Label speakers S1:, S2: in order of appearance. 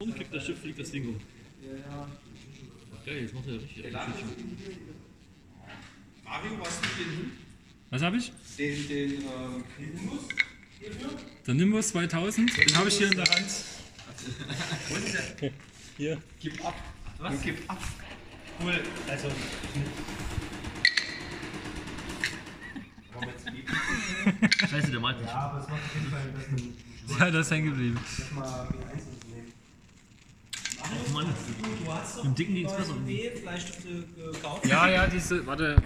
S1: Umfliegt das Schiff, fliegt das Ding um. Geil, jetzt macht er richtig.
S2: Mario, warst du den Hund?
S3: Was habe ich?
S2: Den, den, ähm, Nimbus?
S3: Der Nimbus 2000, den habe ich hier in der Hand. Hier.
S2: Gib ab. Was? Gib ab.
S4: Cool, also.
S1: Scheiße, der malt nicht.
S4: aber es macht auf jeden Fall, dass man
S3: Ja, das ist hängen geblieben.
S4: mal B1 uns nehmen.
S1: Oh Mann,
S5: Du hast doch
S1: Im Dicken ging's
S5: neuen
S1: besser.
S5: B-Bleistifte gekauft.
S3: Ja, ja, diese, warte,